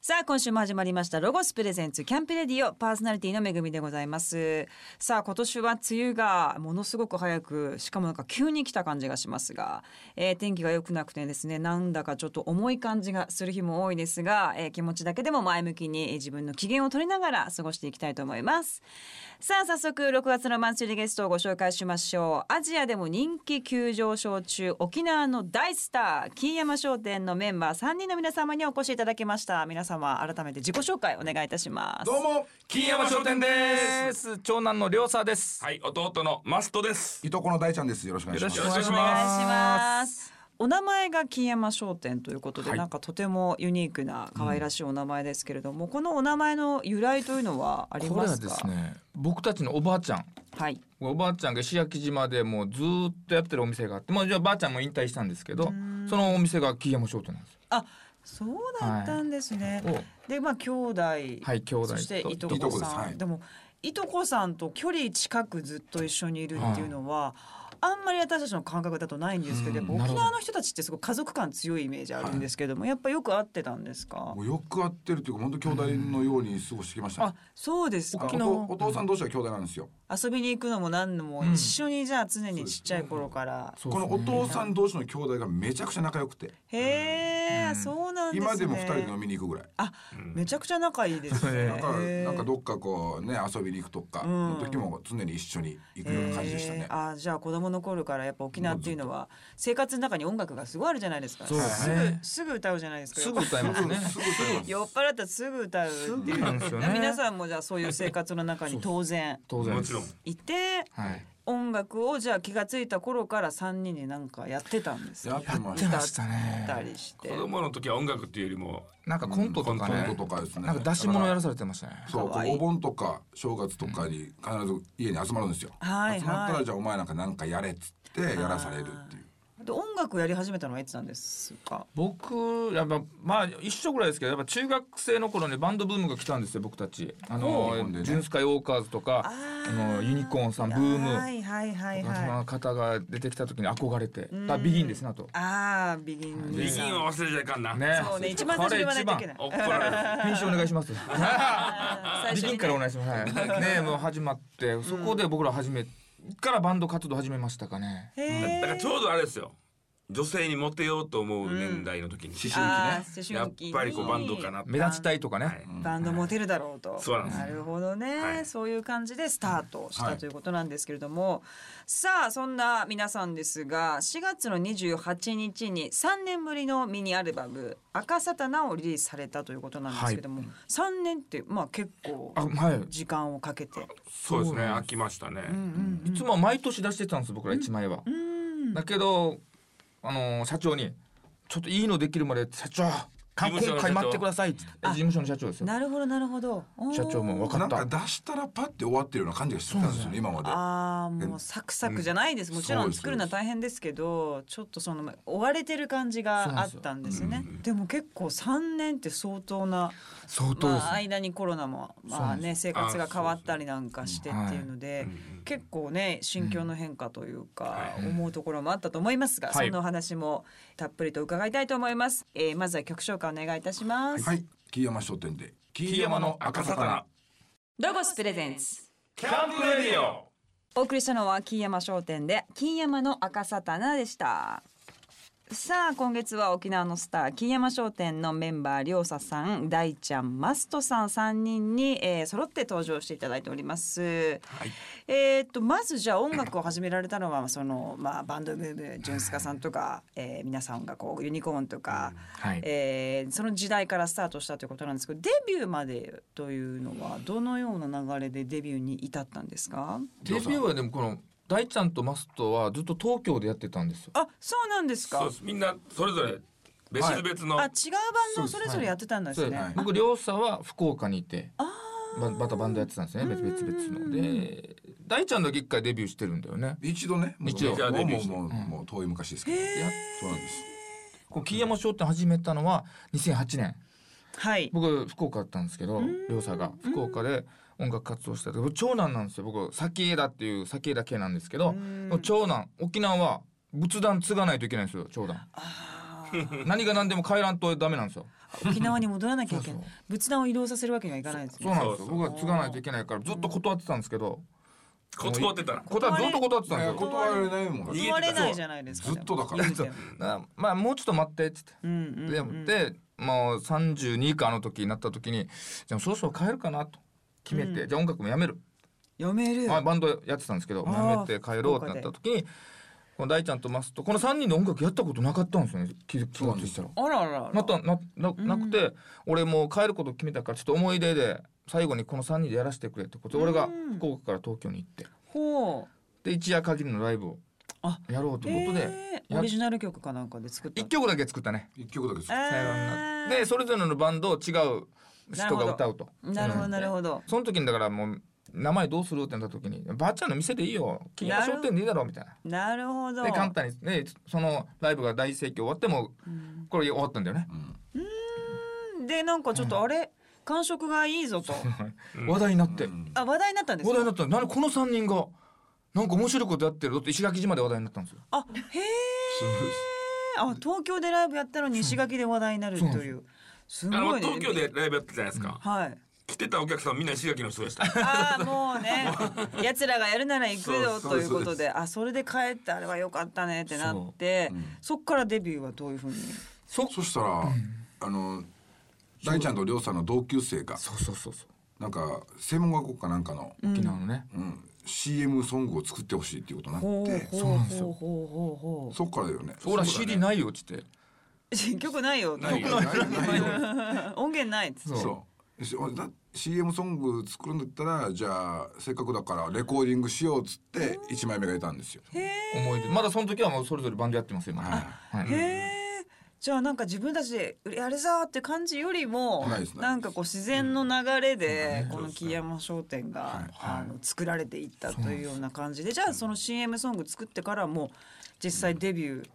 さあ今週も始まりましたロゴスプレゼンツキャンプレディオパーソナリティのめぐみでございますさあ今年は梅雨がものすごく早くしかもなんか急に来た感じがしますが、えー天気が良くなくてですねなんだかちょっと重い感じがする日も多いですが、えー気持ちだけでも前向きにえー自分の機嫌を取りながら過ごしていきたいと思いますさあ早速6月のマンスリーゲストをご紹介しましょうアジアでも人気急上昇中沖縄の大スター金山商店のメンバー3人の皆様にお越しいただきました皆様改めて自己紹介お願いいたしますどうも金山商店です長男の亮佐ですはい、弟のマストです。いとこの大ちゃんですよろしくお願いしますよろしくお願いしお願いましますお名前が金山商店ということで、なんかとてもユニークな可愛らしいお名前ですけれども、このお名前の由来というのはありこれまはすかですね僕たちのおばあちゃんはいおばあちゃんが石垣島でもうずーっとやってるお店があってまあじゃあばあちゃんも引退したんですけどそのお店が木山商店なんですあそうだったんですね、よ。でまあ兄弟はい兄弟とそしていといとここですさんで,、はいもいとこさんと距離近くずっと一緒にいるっていうのは、あんまり私たちの感覚だとないんですけど、うんやっぱ沖縄の人たちってすごい家族感強いイメージあるんですけども、やっぱよく会ってたんですかもうよく会ってるっていうか本当兄弟のように過ごしてきましたあそうですあか沖縄お父お父さん同士は兄弟なんですよ遊びに行くのも何度もうん一緒にじゃあ常にちっちゃい頃から、そうこですのねお父さん同士の兄弟がめちゃくちゃ仲良くてへえ、うんそうなんですね今でも二人で飲みに行くぐらいあめちゃくちゃ仲いいですね なんかへーなんかどっかこうね遊びに行くとかうんの時も常に一緒に行くような感じでしたねえーあーじゃあ子供の頃からやっぱ沖縄っていうのは生活の中に音楽がすごいあるじゃないですか。そうですねすぐすぐ歌うじゃないですか。すぐ歌 いますね。すぐすぐ食べます酔っ払ったらすぐ歌うっていすぐう。なんですよね皆さんもじゃあそういう生活の中に当然当然もでちすろん。いてはい。音楽をじゃあ気がついた頃から三人でなんかやってたんですよ。やってましやってたましたね歌ったりして子。供の時は音楽っていうよりも、なんかコントとかコねントとかですねなんか出し物やらされてましたね。そうかわいいこうお盆とか正月とかに必ず家に集まるんですよはい集まったはらいじゃあお前なんかなんかやれっつってやらされるっていうで音楽をやり始めたのはいつなんですか。僕やっぱまあ一緒ぐらいですけどやっぱ中学生の頃にバンドブームが来たんですよ僕たちあおう日本でのねジュンスカイウォーカーズとかあーあのユニコーンさんブームはいはいはいあはの方が出てきた時に憧れてんあビギンですなとい。ああビギンビギンを忘れちゃいかんな。ねそうね一番最初に言わないといけない。怒ら編集お願い します。最ビ初ギにンからおね願いします。はい、ねもう始まって、そこで僕ら始めからバンド活動始めましたか ね。れる。へだからーちょうどあれですよ。女性にモテようと思う年代の時に。思あ春期ねーや思っ春期にぱりこうバンドかなって。目立ちたいとかね。はいバンドモテるだろうと、そうなんでするほどね、はいそういう感じでスタートした、はいということなんですけれどもさあそんな皆さんですが4月の28日に3年ぶりのミニアルバム「赤サタナ」をリリースされたということなんですけども、3年ってまあ結構あはい。時間をかけて。そうですね、飽きましたね。いつもは毎年出してたんです僕ら一枚は。だけどあのー社長にちょっといいのできるまで社長か務所の今社回長待ってくださいっつって事務所の社長ですよ。なるほどなるほどおー社長も分かなっんたか。出したらパッて終わってるような感じがしてたんですよね今までああもうサクサクじゃないです、うんもちろそうんです作るのは大変ですけどちょっとその追われてる感じがあったんですねでも結構3年って相当な、相当でますあ、ね。間にコロナもまあね生活が変わったりなんかしてっていうので結構ね心境の変化というか思うところもあったと思いますが、はいそのお話もたっぷりと伺いたいと思います、えーまずは曲紹介お願いいたします、はい、木山商店で。木木山の赤魚。。ロゴスプレゼンツキャンプレディオ。お送りしたのは金山商店で金山の赤サタナでしたさあ今月は沖縄のスター金山商店のメンバーりょうささん大ちゃんマストさん3人に、えー、揃って登場していただいております、いえーっとまずじゃあ音楽を始められたのはその、まあ、バンドブームジュンスカさんとか、えー皆さんがこうユニコーンとか、はい。えーその時代からスタートしたということなんですけどデビューまでというのはどのような流れでデビューに至ったんですかデビューはでもこの大ちゃんとマストはずっと東京でやってたんですよ。あ、そうなんですそかうで。す。みんなそれぞれ別々のあ、違うバンドをそれぞれやってたんですそうね。ですはい僕両さは福岡にいてあバまたバンドやってたんですね別々別々ので大ちゃんだけ一回デビューしてるんだよね一度ね、もう一度もうデビュもーうしてもうもう遠い昔ですけど、へーいやそうなんです。こう木山商店始めたのは2008年はい。僕福岡だったんですけど両さが福岡で音楽活動してたけど長男なんですよ僕先枝っていう先枝系なんですけど長男沖縄は仏壇継がないといけないんですよ長男あ何が何でも帰らんとダメなんですよ。沖縄に戻らなきゃいけないそうそ仏壇を移動させるわけにはいかないですそうねなんですよ。僕は継がないといけないからずっと断ってたんですけど、断ってたら断ずっと断ってたんですよ。断れないもん。家断れないじゃないですかずっとだからでもそうなまあもうちょっと待ってっつって。うんうんうんででもう32かあの時になった時にじゃあそろそろ帰るかなと決めて、じゃあ音楽もやめる、やめるまあ、バンドやってたんですけどあもーうやめて帰ろうってなった時にこの大ちゃんとマスとこの3人で音楽やったことなかったんですよね気づ気がついたら。あらあらあらなったなななくて、俺もう帰ること決めたからちょっと思い出で最後にこの3人でやらせてくれってことで俺がうん福岡から東京に行ってほうで一夜限りのライブをあやろうということでえーやオリジナル曲かなんかで作った1曲だけ作ったね一曲だけです。えーさようならでそれぞれのバンドを違う人が歌うと。なるほうどんなるほどその時にだからもう名前どうするってなった時に「ばあちゃんの店でいいよ金曜商店でいいだろ」みたいな。なるほどで簡単にねそのライブが大盛況終わってもうんこれ終わったんだよね。でなんかちょっとあれ感触がいいぞとうん話題になって、あ話題になったんです話か題になったの何この3人がなんか面白いことやってるぞって石垣島で話題になったんですよ。あへえあ東京でライブやったのに石垣で話題になるとそういうすあごのいね東京でライブやってたじゃないですか、はい来てたお客さんみんな石垣の人でしたああもう ね奴らがやるなら行くよそうとそういうことそうであそれで帰ってあれは良かったねってなってそううんそっからデビューはどういうふうにそそしたらあの大ちゃんとりょうさんの同級生がそうそうそうそうなんか専門学校かなんかの、沖縄のね、うん CM ソングを作ってほしいっていうことになほうってほうそうなんですほうよほうほうほうそっからだよね。ほら CD ないよっつって 曲ないよないなよいよないよ 音源ないっつってそうそうしだ CM ソング作るんだったらじゃあせっかくだからレコーディングしようっつって1枚目が出たんですよ。へえ思い出まだその時はもうそれぞれバンドやってますよ今、はいはいへえ。じゃあなんか自分たちでやるぞって感じよりもないですねなんかこう自然の流れでこの木山商店がはいあの作られていったというような感じでじゃあその CM ソング作ってからも実際デビュー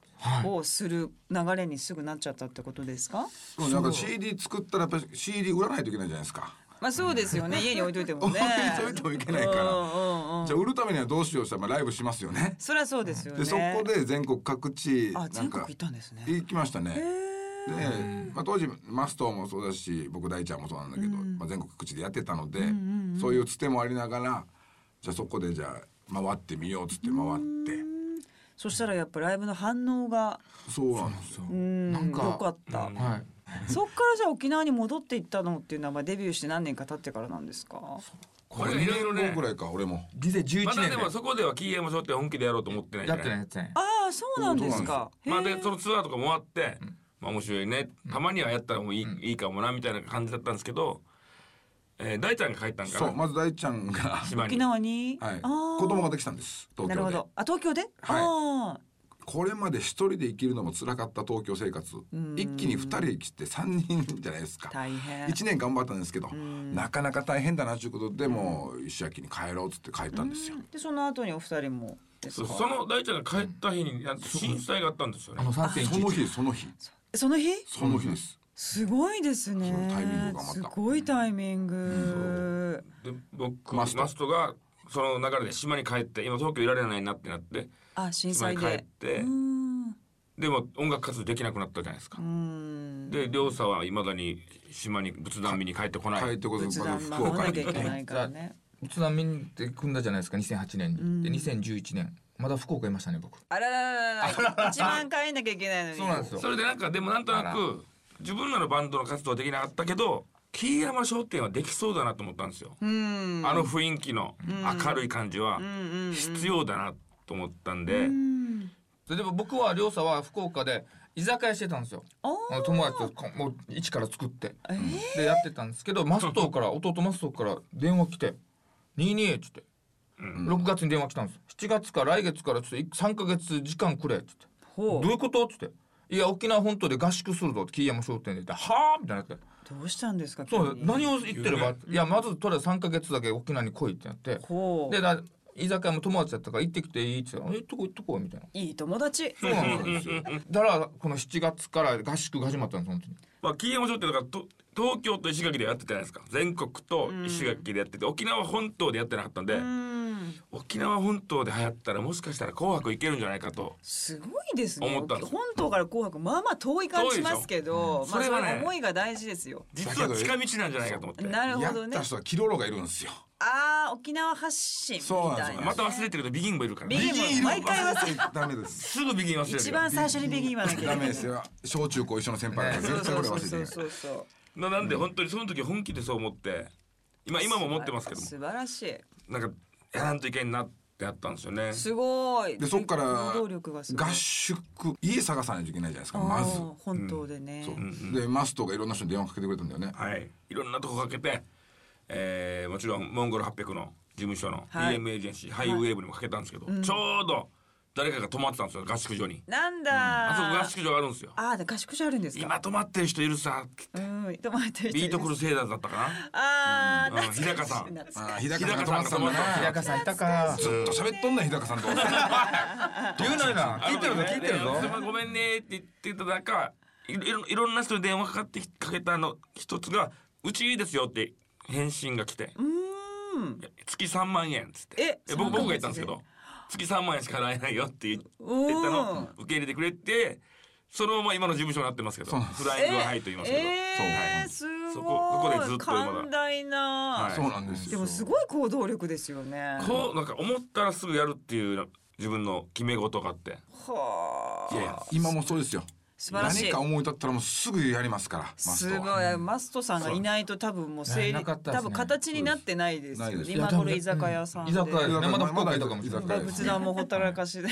をする流れにすぐなっちゃったってことですか、そうなんか CD 作ったらやっぱり CD 売らないといけないじゃないですか。まあそうですよ ね家に置いといてもね置いといてもいけないからうんうんうんじゃあ売るためにはどうしようしたらまあライブしますよね。そりゃそうですよねでそこで全国各地なあ全ん国か行ったんですね行きましたね。へで、まあ、当時マストもそうだし僕大ちゃんもそうなんだけど、まあ、全国各地でやってたので、そういうつてもありながらじゃあそこでじゃあ回ってみようっつって回ってそしたらやっぱライブの反応がそうなんですよそううんなんか良かった、うんはい そっからじゃあ沖縄に戻っていったのっていうのはまあデビューして何年か経ってからなんですか。これいろいろね僕ぐらいか俺も実際11まだ年でもそこでは木山商店本気でやろうと思ってないんじやっゃなていないやってないああそうなんですか。まあへでえそのツアーとかも終わって、まあ面白いねたまにはやったらもういい,、いいかもなみたいな感じだったんですけど、えー、大ちゃんが帰ったんかそなうまず大ちゃんが、 は島に沖縄に。い、ああ子供ができたんです東なる京ほでど。あ東京で。ああこれまで一人で生きるのも辛かった東京生活ん一気に二人来て三人じゃないですか大変。一年頑張ったんですけどんなかなか大変だなということでもう石焼に帰ろうっつって帰ったんですようんでその後にお二人もですそうか。その大ちゃんが帰った日になんか震災があったんですよあねの3.1その日その日その日その日ですすごいですねそのタイミングがまたすごいタイミング、で僕ママスストトがその流れで島に帰って今東京いられないなってなってあ震災島にで帰ってうんでも音楽活動できなくなったじゃないですかう、んで両さはいまだに島に仏壇見に帰ってこない、帰ってこ仏そまず壇守ら福岡なにきゃ行いっけてないからね津波に組んだじゃないですか2008年に、うんで2011年まだ福岡いましたね僕あらららららら一万回えなきゃいけないのにそうなんですよそれでなんかでもなんとなあらく自分らのバンドの活動はできなかったけど木山商店はできそうだなと思ったんですよ、うんあの雰囲気の明るい感じはうんうんうん必要だなと思ったんで、うんそれでも僕は両さは福岡で居酒屋してたんですよああの友達とこもう一から作ってえーでやってたんですけどマストから弟マストから電話来て「22」っつってうん6月に電話来たんです7月か来月からちょっと3か月時間くれっつって「ほどうういうこと?」っつって「いや沖縄本島で合宿するぞ」って木山商店で言って「はあ?」みたいになってどうしたんですか「そう急に何を言ってれば」いやまずとりあえず3か月だけ沖縄に来い」ってなってほうでだ居酒屋も友達だったから行ってきていいって言ったら「行っとこう行っとこう」みたいな。いい友達そうなんですよ。だからこの7月から合宿が始まったんです本当に。 まあ、木山商店だからと東京と石垣でやってたじゃないですか全国と石垣でやってて、沖縄本島でやってなかったんで、うん沖縄本島で流行ったらもしかしたら紅白いけるんじゃないかと。すごいですね。思ったんです本島から紅白まあまあ遠い感じしますけど、遠まあいでしそょうんそれはねの思いが大事ですよ。実は近道なんじゃないかと思って。なるやほっどねた。人はキロロがいるんですよ。ああ沖縄発信みそうなんたでいすな。よまた忘れてるけどビギンもいるから、ビギンも毎回忘れダメです。すぐビギン忘れるよ一番最初にベギンはなきゃダメですよ。小中高一緒の先輩がそう絶対そこうれそ忘うれてそうる。そうそう。ななんで本当にその時本気でそう思って今今も思ってますけども素晴らしい。なんかやらんといけんなってあったんですよねすごい。でそっから行動力がすごい合宿家探さないといけないじゃないですか。まあ。ずー本島でね。そうでマストがいろんな人に電話かけてくれたんだよね。はいいろんなとこかけて、えーもちろんモンゴル800の事務所のはい BM エージェンシー、ハイウェーブにもかけたんですけど、ちょうど誰かが泊まってたんですよ合宿所になんだあそこー。合宿所あるんですよああで合宿所あるんですか。今泊まってる人いるさうん泊まってる人ビートいますクルセイダーズだったかああ、な、うん、日高さん懐かしいあー日高さんが泊まってたんだ日な。高さんいたかずっと喋っとんな日高さんと。言うのよな聞いてるぞ聞いてるぞごめんねって言ってた中いろいろんな人に電話かかってきかけたの一つが「うちいいですよ」って返信が来てうん。月3万円っつってえ僕そう僕なんが言でっすたんねですけど月3万円しか払えないよって言ってたおーの受け入れてくれてそのまま今の事務所になってますけどそうなんフライングははいと言いますけど、えー、すそごい。こここでずっとまだ寛大なは。そうなんですよ。でもすごい行動力ですよね。こうなんか思ったらすぐやるっていう自分の決め事があってはあ。今もそうですよ。素晴らし何いか。思い立ったらもうすぐやりますから。マスすトはごいマストさんがいないと多分もう整理、なかったです多分ね形になってないですよそうでねす今頃居酒屋さんで居酒屋ですねまだ福岡いたかもしれ居な酒い屋仏壇もほったらかしで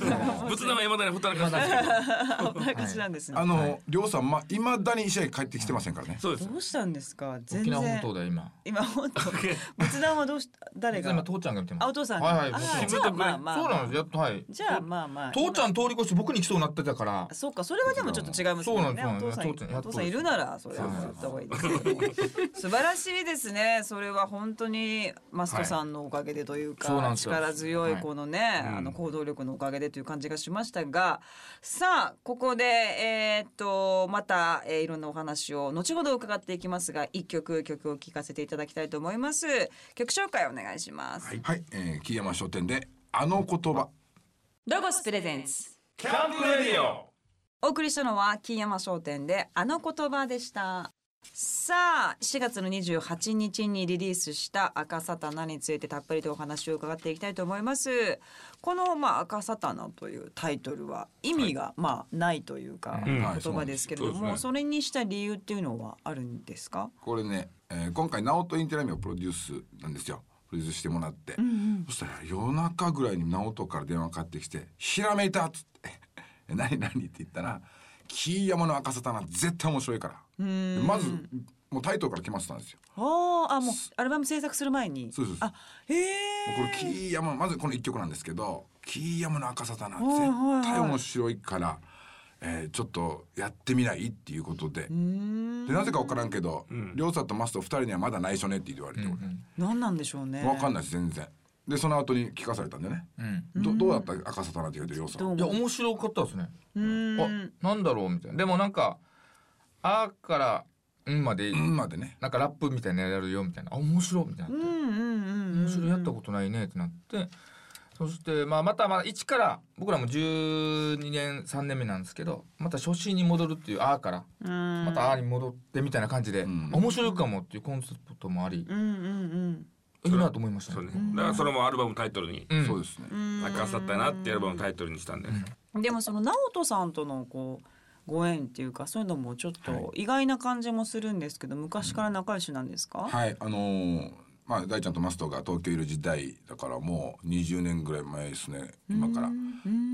ほ仏壇は山田にほったらかしな んですけったらかしなんですね、あのりょうさんまいまだに試合帰ってきてませんからねど。そうですどうしたんですか全沖然縄本島だよ今今本 当仏壇はどうした誰今が父ちゃんが見てますあお父さんがはいはいあーもちろんじゃあまあまあそうなんですやっとはいじゃあまあまあ父ちゃん通り越して僕に来そうになってたからそうかそれはでもちょっと違いますそうなよんでねお父すさんそうなんですお父さんいるならそれはやった方がいいですよね素晴らしいですねそれは本当にマストさんのおかげでというか、はいそうなんですよ力強いはいこのね、あの行動力のおかげでという感じがしましたがさあここでえーっとまた、えーいろんなお話を後ほど伺っていきますが一曲曲を聴かせていただきたいと思います曲紹介お願いします、はい、えー、木山商店であの言葉。ロゴスプレゼンツキャンプレディオお送りしたのは金山商店であの言葉でしたさあ4月の28日にリリースした赤サタナについてたっぷりとお話を伺っていきたいと思いますこのまあ赤サタナというタイトルは意味が、まあないというか、んはい言葉ですけれども、そうですねそれにした理由っていうのはあるんですかこれね、えー、今回直人インテラミをプロデュースなんですよ。プロデュースしてもらって、そしたら夜中ぐらいに直人から電話かかってきて「ひらめいた!」っつって 「え何何?」って言ったら「木山の赤さたな絶対面白いから」でまずもうタイトルから決まってたんですよ。ああもうアルバム制作する前にそうそうそうあへもうえこれキーヤマまずこの一曲なんですけど「キーヤマの赤さたな」いはいはい絶対面白いから、えーちょっとやってみないっていうことででなぜか分からんけどりょうさんとマスと二人にはまだ内緒ねって言われて俺、何なんでしょうね分かんないです全然でその後に聞かされたんでね、どどうだった赤さたなって言われてりょうさどうんもいや面白かったですねうんあなんだろうみたいなでもなんか「あ」から「ん」までうんまでねなんかラップみたいなのやるよみたいな「あ面白い」みたいなうんうんうんうん面白いやったことないねってなってそしてまあまたまあ一から僕らも12年3年目なんですけどまた初心に戻るっていう「あ」からうんまた「あ」に戻ってみたいな感じでん面白いかもっていうコンセプトもありうんうんいいなと思いましたそうねね。だからそれもアルバムタイトルにうんそうですね、 「赤さったな」ってアルバムのタイトルにしたんで、うん。でもその直人さんとのこうご縁っていうかそういうのもちょっと意外な感じもするんですけど、昔から仲良しなんですか？はいあのーまあ大ちゃんとマストが東京いる時代だからもう20年ぐらい前ですね今から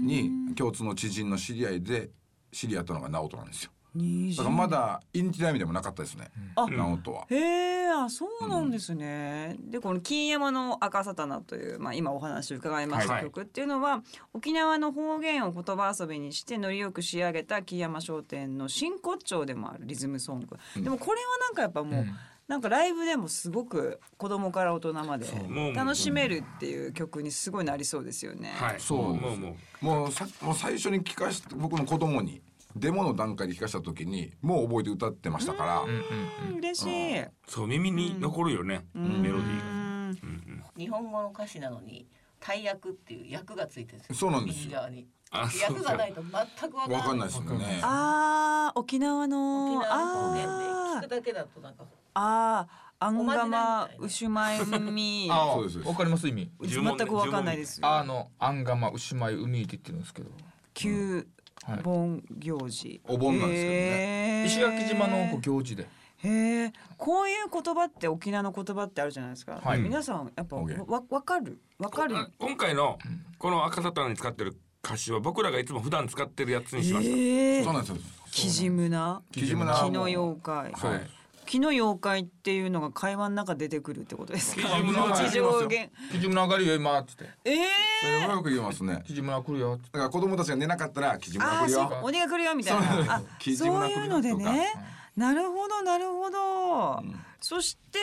に共通の知人の知り合いで知り合ったのが直人なんですよ二十だからまだインティラミでもなかったですねあ直人は。へえあそうなんですね。でこの金山の赤サタナというまあ今お話を伺いましたはい曲っていうのは、沖縄の方言を言葉遊びにしてノリよく仕上げた金山商店の真骨頂でもあるリズムソング。でもこれはなんかやっぱもう、なんかライブでもすごく子供から大人までもう楽しめるっていう曲にすごいなりそうですよね。はいそうもうもうもうさもう最初に聞かし僕の子供にデモの段階で聞かした時にもう覚えて歌ってましたから、うん嬉しい。そう耳に残るよね、メロディーがうん日本語の歌詞なのに大役っていう役がついてるんですよそうなんですよ右側にあそう役がないと全くわわかかんんななでいいすもんね。あー沖縄の沖縄の方言であ聞くーだけだとなんかあーアンガマおまじないみたいなウシュマイ ミあそうですそうですわかります意味。全くわかんないですあのアンガマウシマイウミイって言ってるんですけど、旧はい盆行事お盆なんですけどねね石垣島のこう行事で。へえ、こういう言葉って沖縄の言葉ってあるじゃないですか。はい皆さんやっぱうんわわかるわかる。今回のこの赤魚に使ってる歌詞は僕らがいつも普段使ってるやつにしました。ええそう、なんですよ。キジムナ、キジムナ木の妖怪。そうです。木の妖怪っていうのが会話の中で出てくるってことですか。キジムナ日常言。キジムナ上がるよ今っつって。ええそれはよく言いますね。キジムナ来るよっつっだて。から子供たちが寝なかったら、キジムあナ来あ、るそうよか。鬼が来るよみたいそうな。あ、キジムそナう来いるうよのでとかね。なるほどなるほど。そして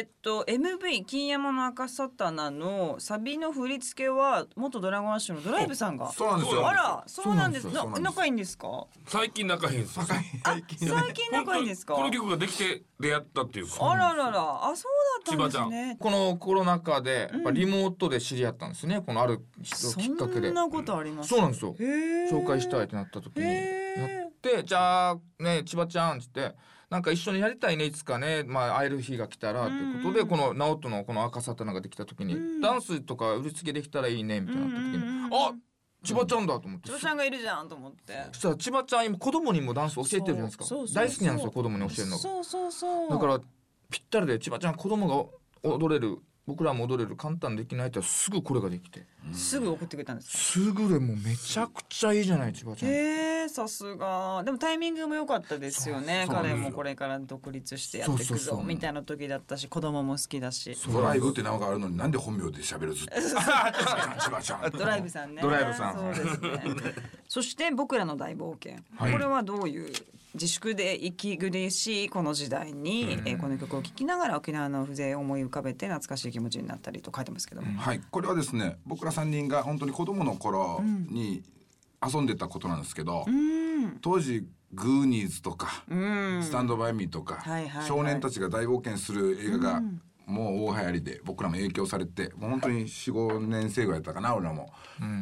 えーっと MV 金山の赤魚のサビの振り付けは元ドラゴンアッシュのドライブさんが。そうなんですよ。あら、そうなんです。そうなんなですよ仲いいんですか。最近仲いいんですよ。最近はね最近仲いいんですか。この曲ができて出会ったっていうか。あららら、あ、そうだったんですね。このコロナ禍でやっぱリモートで知り合ったんですね。このある人をきっかけそでん。なことあります。そうなんですよ。へー紹介したいってなった時にへーなってじゃあね千葉ちゃんっつってなんか一緒にやりたいねいつかね、まあ、会える日が来たらってことで、この直人のこの赤魚ができた時に、ダンスとか売りつけできたらいいねみたいな時に、あ千葉ちゃんだと思って、千葉そちゃんがいるじゃんと思って。そしたら千葉ちゃん今子供にもダンス教えてるじゃないですかそうそうそう大好きなんですよ子供に教えるのがそうそうそう。だからぴったりで千葉ちゃん子供が踊れる僕らも踊れる簡単できないって言ったらすぐこれができてすぐ送ってくれたんですか。すぐでもうめちゃくちゃいいじゃない千葉ちゃん。へえ、さすが。でもタイミングも良かったですよね。そうそうなんで彼すよもこれから独立してやっていそくうそぞうそうみたいな時だったし、子供も好きだし。ドライブって名前があるのに、なんで本名で喋るずっと。千葉ちゃん、千葉 ちドライブさんね。ドライブさんそうですね。そして僕らの大冒険。これはどういう自粛で息苦しいこの時代に、えーこの曲を聴きながら沖縄の風情を思い浮かべて懐かしい気持ちになったりと書いてますけども。ゃん。はい、これはですね、僕ら三人が本当に子供の頃に遊んでたことなんですけど。当時、グーニーズとか、うん。スタンドバイミーとかはいはいはい、少年たちが大冒険する映画が。もう大流行りで僕らも影響されてもう本当に45年生ぐらいだったかな俺らも、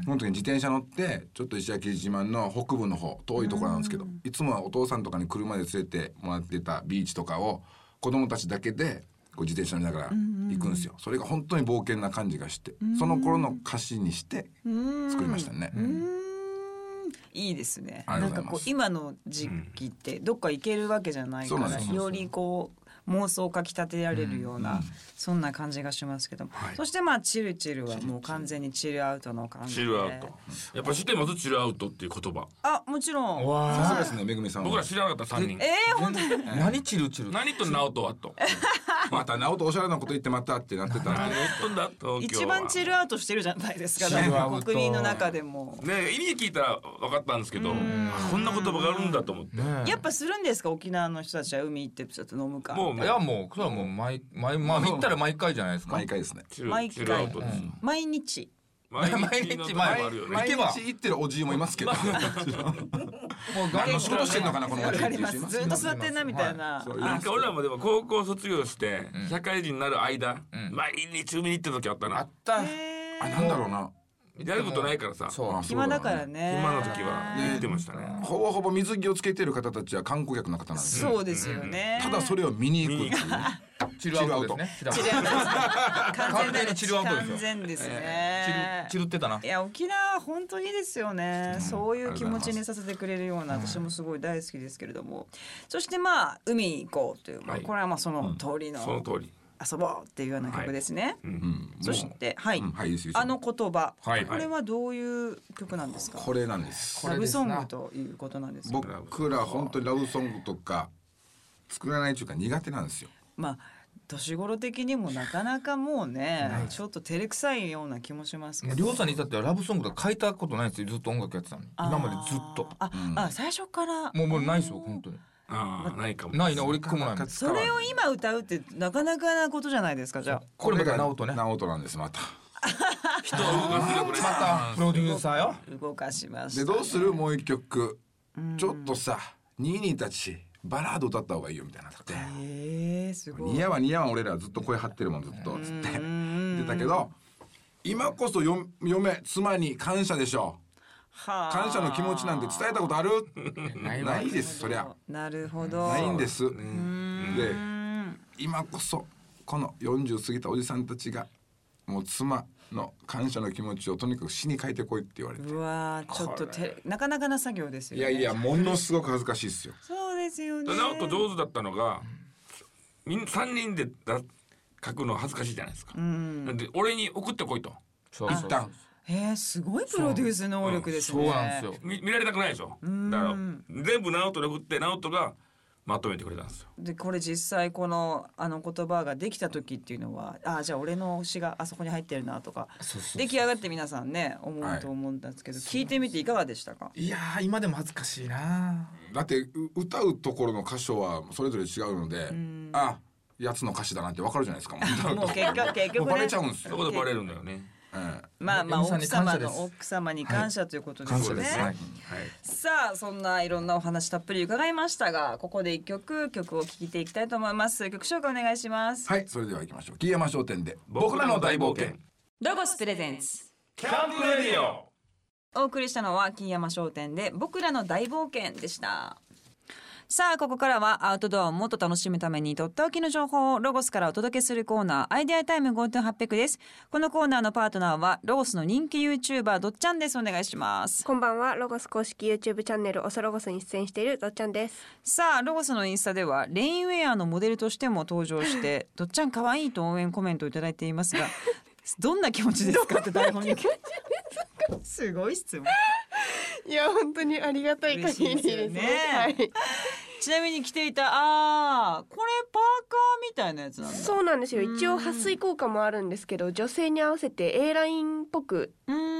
その時に自転車乗ってちょっと石垣島の北部の方遠いところなんですけど、いつもはお父さんとかに車で連れてもらってたビーチとかを子供たちだけでこう自転車乗りながら行くんですよ、それが本当に冒険な感じがして、その頃の歌詞にして作りましたね、いいですね。ありながんとうござかいまこう今すの時期ってどっか行けるわけじゃないかそうなら、んですよりこう妄想をかきたてられるような、そんな感じがしますけども、そしてまあチルチルはもう完全にチルアウトの感じで。チルアウト。やっぱ知ってますチルアウトっていう言葉。あもちろん。さすがですねめぐみさんは僕ら知らなかった三人え。ー、本当に。 何チルチル何と直人はと。またなおとおしゃれなこと言ってまたってなってたん何で言っとんだ東京は。一番チルアウトしてるじゃないですか。チルアウト国民の中でも。ね意味聞いたら分かったんですけど、あこんな言葉があるんだと思って。ねえやっぱするんですか沖縄の人たちは海行ってちょっと飲むか。もういやもうそれはもう毎毎まあ行ったら毎回じゃないですか。毎回ですねチル毎回チルアウトですよ。毎日。毎日の毎日とこもあるよね。毎毎日日行ってるおじいもいますけどもうガ何の仕事してんのかなこのわ街かります。ずっと座ってんなみたいな。そうなんか俺らもでも高校卒業して社会人になる間、毎日海に行った時あったあなっ。た。へ あーなんだろうなやることないからさ。そうあ。暇だからね。今の時はね行ってましたね。ほぼほぼ水着をつけてる方たちは観光客の方なんですよそうですよね。ただそれを見に行くっていうねチルアウトですね。チルアウト完完全全ににチチルアルアウウトトででよ完すすよ全ですチね。ルチルってたないや沖縄本当にいいですよね、そういう気持ちにさせてくれるような私もすごい大好きですけれども、そしてまあ海に行こうという、まあはいこれはまあその通りのその通り。遊ぼうっていうような曲ですね、そしてはい、うんはいいいですよあの言葉、はいこれはどういう曲なんですか、これなんですラブソングということなんですけど僕ら本当にラブソングとか作らないというか苦手なんですよまあ年頃的にもなかなかもうね、ちょっと照れくさいような気もしますけどりょうさんに至ってはラブソングとか書いたことないんですよ。ずっと音楽やってたのに。あー今までずっと。あ、あ最初からもうもうないですよ本当に。ああないかも。ないな俺一個もないもん。それを今歌うってなかなかなことじゃないですかじゃこれまた直人ね。ま直人なんですまた人を動かすよこれ。たプロデューサーよ。あ動かしましたでどうするもう一曲ちょっとさニーニーたちバラード歌った方がいいよみたいになってえー、すごい似合わ似合わ俺らずっと声張ってるもんずっとつってでてたけど、今こそよ嫁妻に感謝でしょはあ感謝の気持ちなんて伝えたことあるないわないですそりゃなるほどないんですす、で今こそこの40過ぎたおじさんたちがもう妻の感謝の気持ちをとにかく詩に書いてこいって言われてうわーちょっとてなかなかな作業ですよいねやいやものすごく恥ずかしいですよそうですよね直人上手だったのがみん3人でだ書くの恥ずかしいじゃないですか、なんで俺に送ってこいとそうそう一旦えー、すごいプロデュース能力ですそうねなんですよみ見られたくないでしょだから全部直人に送って直人がまとめてくれたんですよでこれ実際このあの言葉ができた時っていうのはあーじゃあ俺の推しがあそこに入ってるなとかそうそう出来上がって皆さんね思うと思うんですけど、聞いてみていかがでしたかいやー今でも恥ずかしいなだってう歌うところの箇所はそれぞれ違うので、あやつの歌詞だなってわかるじゃないですか もうもう結局結局ねもうバレちゃうんですそよ、こでバレるんだよねえまあまあエミさ奥んに感様謝ですの奥様に感謝ということですよね、はいさあそんないろんなお話たっぷり伺いましたがここで一曲曲を聴いていきたいと思います曲紹介お願いします、はいそれでは行きましょう桐山商店で僕らの大冒険ロゴスプレゼンツキャンプレディオお送りしたのは金山商店で僕らの大冒険でしたさあここからはアウトドアをもっと楽しむためにとっておきの情報をロゴスからお届けするコーナーアイデアタイム5800ですこのコーナーのパートナーはロゴスの人気 YouTuber どっちゃんですお願いしますこんばんはロゴス公式 YouTube チャンネルおそロゴスに出演しているどっちゃんですさあロゴスのインスタではレインウェアのモデルとしても登場して どっちゃん可愛いと応援コメントをいただいていますがどんな気持ちですかって台本にすごい質問いや本当にありがたい限りですね嬉しいですよねはい、ちなみに着ていたあーこれパーカーみたいなやつなんだそうなんですよ一応撥水効果もあるんですけど女性に合わせて A ラインっぽく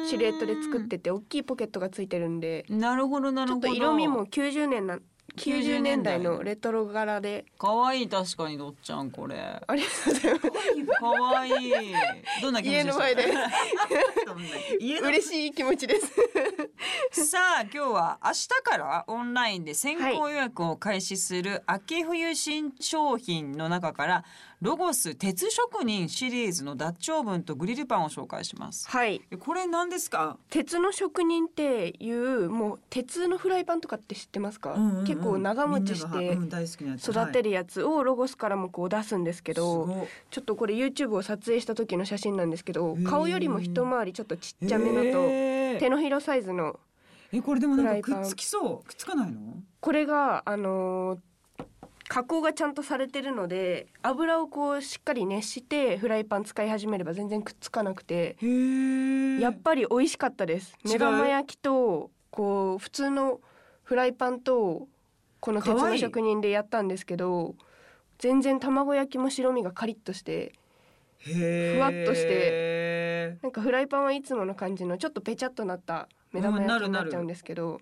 シルエットで作ってて大きいポケットがついてるんでなるほどなるちょほっどと色味も90年な90 90年年代代のレトロ柄で可愛い確かにどっちゃんこれありがとうございます可愛いどんな気持ち家の前でどんな家の嬉しい気持ちで すさあ今日は明日からオンラインで先行予約を開始する秋冬新商品の中からロゴス鉄職人シリーズのダッチオーブンとグリルパンを紹介しますはいこれ何ですか鉄の職人っていうもう鉄のフライパンとかって知ってますか、結構長持ちし大て好きなや育てるやつをロゴスからもこう出すんですけど、すごいちょっとこれ YouTube を撮影した時の写真なんですけどー顔よりも一回りちょっとちっちゃめのと手のひらサイズのえこれでもなんかフライパンくっつきそうくっつかないのこれがあのー加工がちゃんとされてるので油をこうしっかり熱してフライパン使い始めれば全然くっつかなくてへやっぱり美味しかったです違う目玉焼きとこう普通のフライパンとこの鉄かわいのい職人でやったんですけど全然卵焼きも白身がカリッとしてふふわっとしてなんかフライパンはいつもの感じのちょっとぺちゃっとなった目玉うんな焼きるになっちゃうんですけど、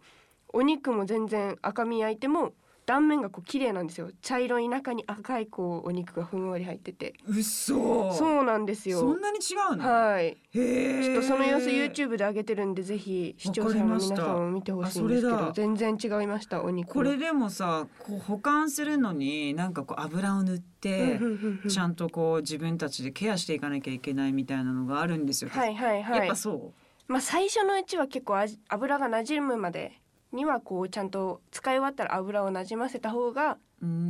お肉も全然赤身焼いても断面がこう綺麗なんですよ茶色い中に赤いこうお肉がふんわり入っててうそそうなんですそよんなに違うのはいへえちょっとその様子 YouTube で上げてるんでぜひ視聴者の皆さんも見てほしいんですけわかりまどした全然違いましたお肉これでもさこう保管するのになんかこう油を塗ってうんうんうんうんちゃんとこう自分たちでケアしていかなきゃいけないみたいなのがあるんですよ、はいはいはやっいぱそうまあ最初のうちは結構味油がなじむまでにはこうちゃんと使い終わったら油をなじませた方が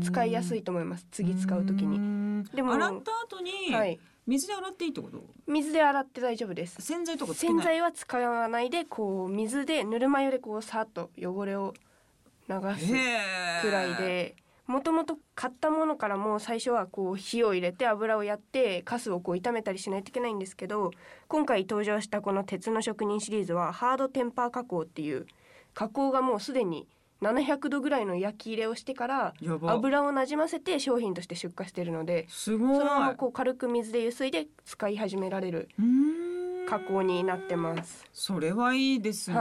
使いやすいいと思います次使うときににでも洗った後にはい水で洗っていいってこと、水で洗って大丈夫です洗剤とかつけ洗ない剤は使わないでこう水でぬるま湯でこうさっと汚れを流すへーくらいでもともと買ったものからもう最初はこう火を入れて油をやってカスをこう炒めたりしないといけないんですけど今回登場したこの鉄の職人シリーズはハードテンパー加工っていう加工がもうすでに700度ぐらいの焼き入れをしてからやば油をなじませて商品として出荷してるのですごいそのままこう軽く水でゆすいで使い始められるうーん加工になってますそれはいいですね、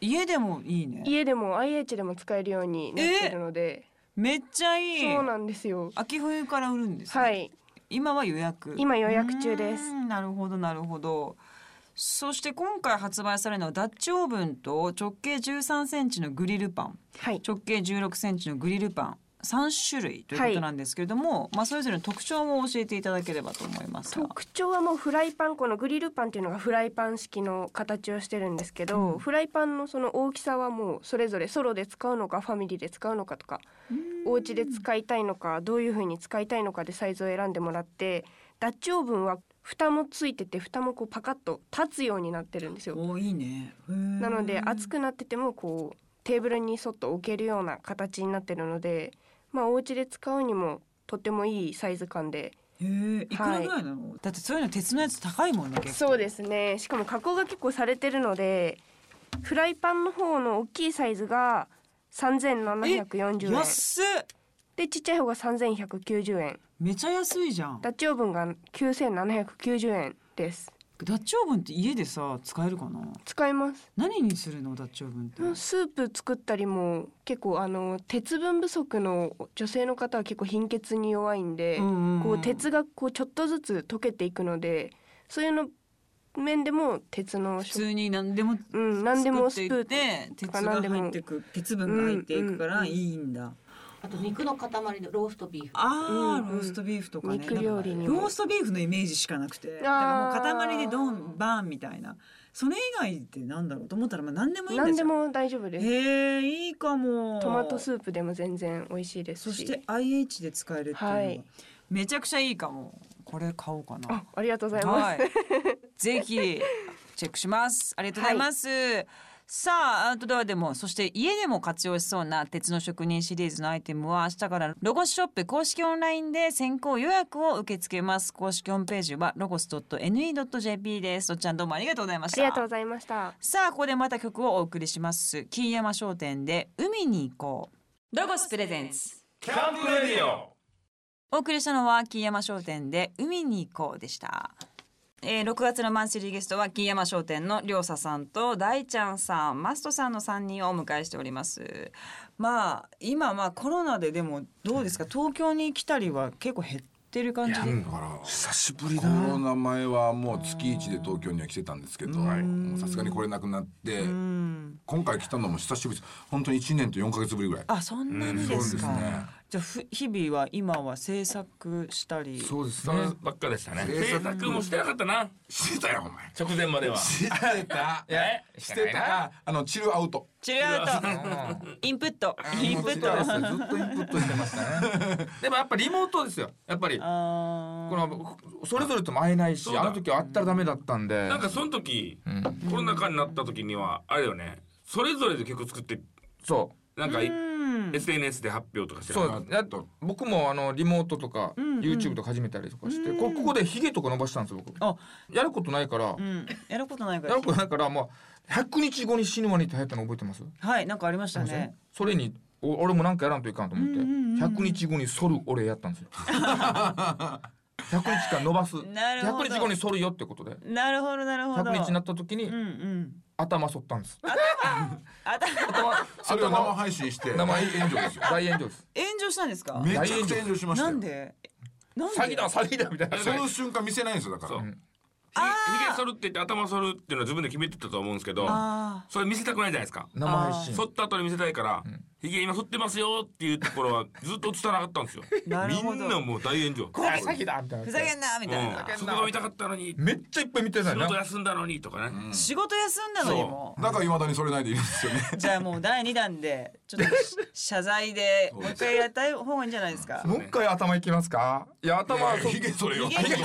家でもいいね家でも IH でも使えるようになってるのでめっちゃいいそうなんですよ秋冬から売るんですね、はい今は予約今予約中ですうーんなるほどなるほどそして今回発売されるのはダッチオーブンと直径13センチのグリルパンはい直径16センチのグリルパン三種類ということなんですけれども、まあそれぞれの特徴も教えていただければと思いますが。特徴はもうフライパンこのグリルパンっていうのがフライパン式の形をしてるんですけど、うんフライパンのその大きさはもうそれぞれソロで使うのかファミリーで使うのかとかお家で使いたいのかどういう風に使いたいのかでサイズを選んでもらってダッチオーブンは蓋もついてて蓋もこうパカッと立つようになってるんですよ。おいいね。ななので熱くなっててもこうテーブルに沿っと置けるような形になってるので、まあ、お家で使うにもとてもいいサイズ感でへえいくらぐらいなの、だってそういうの鉄のやつ高いもんね結構そうですねしかも加工が結構されてるのでフライパンの方の大きいサイズが3740円安っでちっちゃい方が3190円めちゃ安いじゃんダッチオーブンが9790円ですダッチオーブンって家でさ使えるかな使います何にするのダッチオーブンって、スープ作ったりも結構あの鉄分不足の女性の方は結構貧血に弱いんで、んんんこう鉄がこうちょっとずつ溶けていくのでそういうの面でも鉄の普通に何でもうん何でもスプ作っーていってン鉄とかが何でも入ってく鉄分が入っていくかうんらうんいうんいんだ、あと肉の塊のローストビーフあー、うんうんローストビーフとかね肉料理にロもーストビーフのイメージしかなくてだーからもう塊でドンバーンみたいなそれ以外ってなんだろうと思ったらまあ何でもいいんだ何じでゃんも大丈夫ですへえいいかもトマトスープでも全然美味しいですそしして IH で使えるっていうのが、はいめちゃくちゃいいかもこれ買おうかなあありがとうございます、 はい、ぜひチェックしますありがとうございます、さあアウトドアでもそして家でも活用しそうな鉄の職人シリーズのアイテムは明日からロゴスショップ公式オンラインで先行予約を受け付けます公式ホームページはロゴス .ne.jp ですとっちゃんどうもありがとうございましあたりがとうございましたさあここでまた曲をお送りします金山商店で海に行こうロゴスプレゼンスキャンプレディオお送りしたのは金山商店で海に行こうでした。えー、6月のマンスリーゲストは金山商店の両佐さんと大ちゃんさんマストさんの3人をお迎えしておりますまあ今まあコロナででもどうですか東京に来たりは結構減ってる感じでだから久しぶりコロナ前はもう月一で東京には来てたんですけど、はいもうさすがに来れなくなって、うん今回来たのも久しぶりです。本当に一年と四ヶ月ぶりぐらい。あそんなにですか、うんそうですねじゃあふ日々は今は制作したりそうですそればっかでしたね制制作作もしてなかったなしてたよお前。直前まではしてた。えしてた。ああのチルアウト。チルアウうトんインプットインプッもうトチルアウトですずっとインプットしてましたね。でもやっぱリモートですよやっぱりこあーのそれぞれとも会えないしそうだあの時は会ったらダメだったんでなんかその時うんコロナ禍になった時にはあれよねそれぞれで曲作ってそなんかいうん SNS で発表とかしうてそなかっうやっと僕もあのリモートとかうんうん YouTube とか始めたりとかしてこここでヒゲとか伸ばしたんですよ僕あやることないからうん、やることないかやらる。ことないからもう100日後に死ぬワニって流行ったの覚えてますはい、なんかありましたね。それにお俺もなんかやらんといかんと思ってうんうんうん100日後に剃る俺やった んですよ100日間伸ばすなるほど100日後に剃るよってことでなるほど、なるほど。 100日になった時うにんうん。頭剃ったんですあた、炎頭それを生頭配信して生大炎上ですよ。大炎上です上したんですか。めちゃくちゃ炎上しましたなよ。んで。なんで。詐欺だ詐欺だみたいなその瞬間見せないんですよだかそうら。ひひげ剃るって言って頭剃るっていうのは自分で決めてたと思うんですけどあそれ見せたくないじゃないですか生配信剃った後に見せたいからうん「ひげ今剃ってますよ」っていうところはずっと伝わらなかったんですよあ、なるみほんなど。もう大炎上これ詐欺だみたいなふざけんなみたいなう。ん、そこが見たかったのにめっちゃいっぱい見てた仕よね事休んだのにとかね、うん仕事休んだのにも。だから未だにそれないでいるんですよね。じゃあもう第二弾でちょっとし謝罪でもう一回やった方がいいんじゃないですか。もう一回頭いきますかいや頭はそうヒゲそれよ。ヒゲ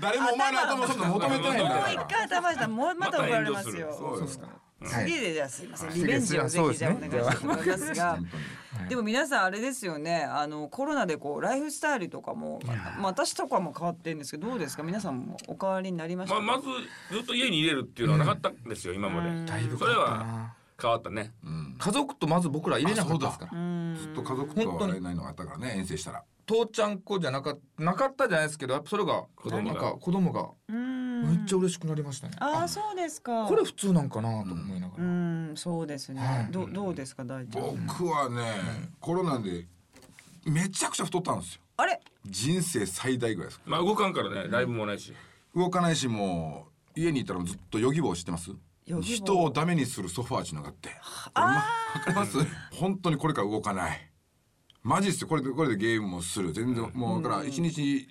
誰もお前の頭そんな求めてないんだもうか一ら。回頭したらもうまた怒られますよ。そうですか。はい次でじゃあすいませんはいリベンジをぜひじゃあお願いそうですしねたいと思いますが本当に。でも皆さんあれですよねあのコロナでこうライフスタイルとかも、まあ、私とかも変わってるんですけどどうですか皆さんもお変わりになりましたまあ、か、まずずっと家に入れるっていうのはなかったんですよ、今まで、だいぶそれは変わったねうん。家族とまず僕ら入れなかったですからうんずっと家族とは会えないのがあったからね遠征したら。父ちゃん子じゃなかったなかったじゃないですけどやっぱそれが子供がなんか子供がうんめっちゃ嬉しくなりましたね、ああそうですかこれ普通なんかなと思いながうら、んそうですね、はいどどうですか大ちゃん僕はねコロナでめちゃくちゃ太ったんですよ。あれ人生最大ぐらいです。まあ動かんからねライブもないし、動かないしもう家にいたらずっとヨギボー知ってますヨギボー人をダメにするソファーっていうのがあってあわかります本当にこれから動かないマジっすよこれでこれでゲームもする全然もうだから一日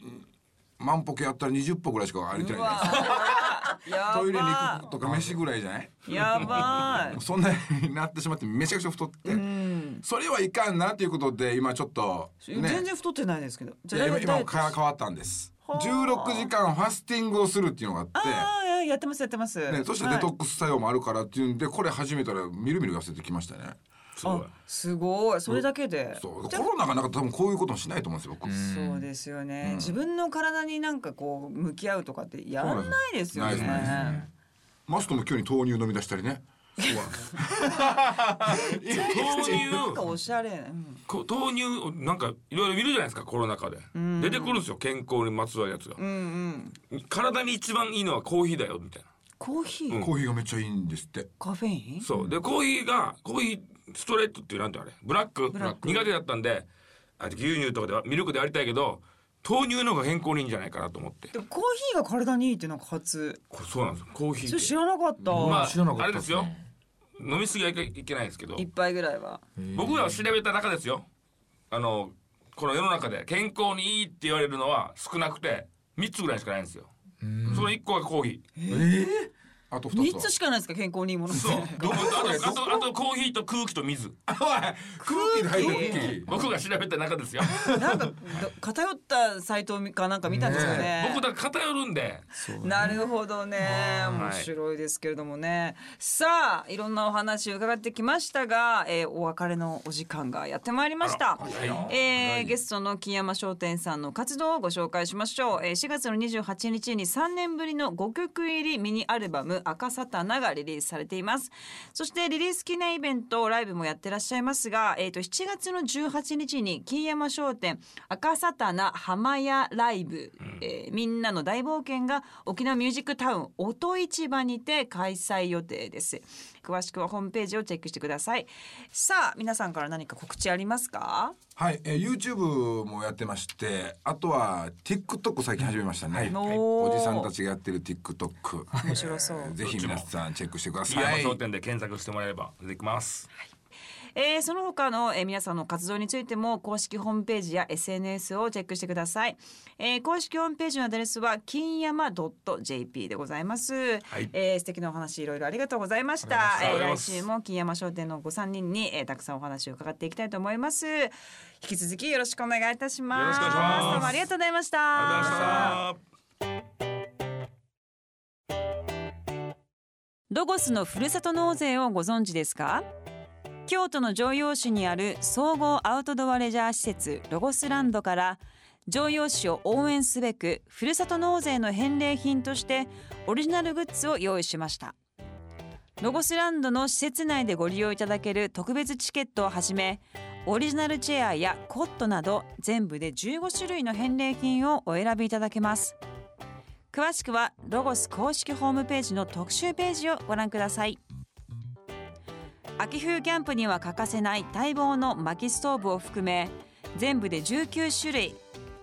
万歩計やったら20歩ぐらいしか歩いてうないわじゃないですかーやばトイレに行くとか飯ぐらいじゃないやばいそんなになってしまってめちゃくちゃ太って、うんそれはいかんなということで今ちょっとね全然太ってないですけどいや今今もトか変わったんですはあ16時間ファスティングをするっていうのがあってああやってますやってます、ね、そしてデトックス作用もあるからっていうんで、これ始めたらみるみる痩せてきましたね。すごいあすごいそれだけでそうじコゃあロナがなかったら多分こういうこともしないと思うんですよ僕。そうですよね、うん自分の体になんかこう向き合うとかってやんないですよねないですねマストも今日に豆乳飲み出したりね。豆なんか乳おしゃれ、うんこ豆乳なんかいろいろ見るじゃないですかコロナ禍でん出てくるんですよ健康にまつわるやつがうんうん体に一番いいのはコーヒーだよみたいコーヒー、うんコーヒーがめっちゃいいんですって。カフェインなそうでコーヒーがコーヒーストレートっていうなんてあれブラックブラック苦手だったんであ牛乳とかではミルクでありたいけど豆乳の方が健康にいいんじゃないかなと思ってでもコーヒーが体にいいってなんか初こそうなんですよコーヒそれ知ーっらなかった、まあ知らなかったあれですよて飲みすぎはいけいけないですけど一杯ぐらいは僕らは調べた中ですよあのこの世の中で健康にいいって言われるのは少なくて3つぐらいしかないんですよその1個がコーヒーあと三二つは。つしかないですか健康にいいものってそうあとあとあとコーヒーと空気と水空気で入ってる空気。僕が調べた中ですよなんかど偏ったサイトかなんか見たんですよね僕だから偏るんでなるほどねい面白いですけれどもねさあいろんなお話伺ってきましたが、えーお別れのお時間がやってまいりましたあらはいよ、えーゲストの金山商店さんの活動をご紹介しましょう、えー4月の28日に3年ぶりの5曲入りミニアルバム「赤サタナ」がリリースされていますそしてリリース記念イベントライブもやってらっしゃいますが、えー、と7月の18日に金山商店赤サタナ浜屋ライブ、えーみんなの大冒険が沖縄ミュージックタウン音市場にて開催予定です詳しくはホームページをチェックしてくださいさあ皆さんから何か告知ありますかはい、えー YouTube もやってまして、あとは TikTok 最近始めましたね。はいおーおじさんたちがやってる TikTok。面白そうえーぜひ皆さんチェックしてくだ杉さ山い。商店で検索してもらえれば出てきますえーその他の、えー皆さんの活動についても公式ホームページや SNS をチェックしてください、えー公式ホームページのアドレスは金山 .jp でございます、いえー素敵なお話いろいろありがとうございましたありがとうございえーま来す週も金山商店のご三人に、えーたくさんお話を伺っていきたいと思います引き続きよろしくお願いいたしますよろしくお願いしますどうもありがとうございましたありがとうございましたロゴスのふるさと納税をご存知ですか京都の城陽市にある総合アウトドアレジャー施設ロゴスランドから城陽市を応援すべくふるさと納税の返礼品としてオリジナルグッズを用意しましたロゴスランドの施設内でご利用いただける特別チケットをはじめオリジナルチェアやコットなど全部で15種類の返礼品をお選びいただけます詳しくはロゴス公式ホームページの特集ページをご覧ください秋冬キャンプには欠かせない待望の薪ストーブを含め全部で19種類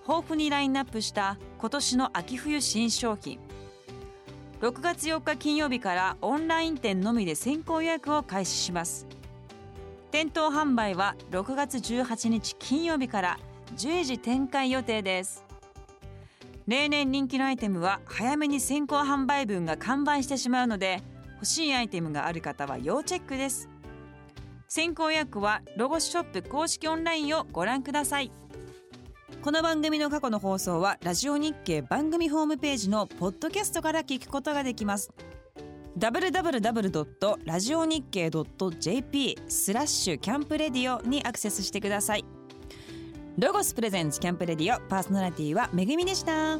豊富にラインナップした今年の秋冬新商品6月4日金曜日からオンライン店のみで先行予約を開始します店頭販売は6月18日金曜日から10時展開予定です例年人気のアイテムは早めに先行販売分が完売してしまうので欲しいアイテムがある方は要チェックです先行予約はロゴスショップ公式オンラインをご覧くださいこの番組の過去の放送はラジオ日経番組ホームページのポッドキャストから聞くことができます www.radionickei.jp スラッシュキャンプレディオにアクセスしてくださいロゴスプレゼンツキャンプレディオパーソナリティはめぐみでした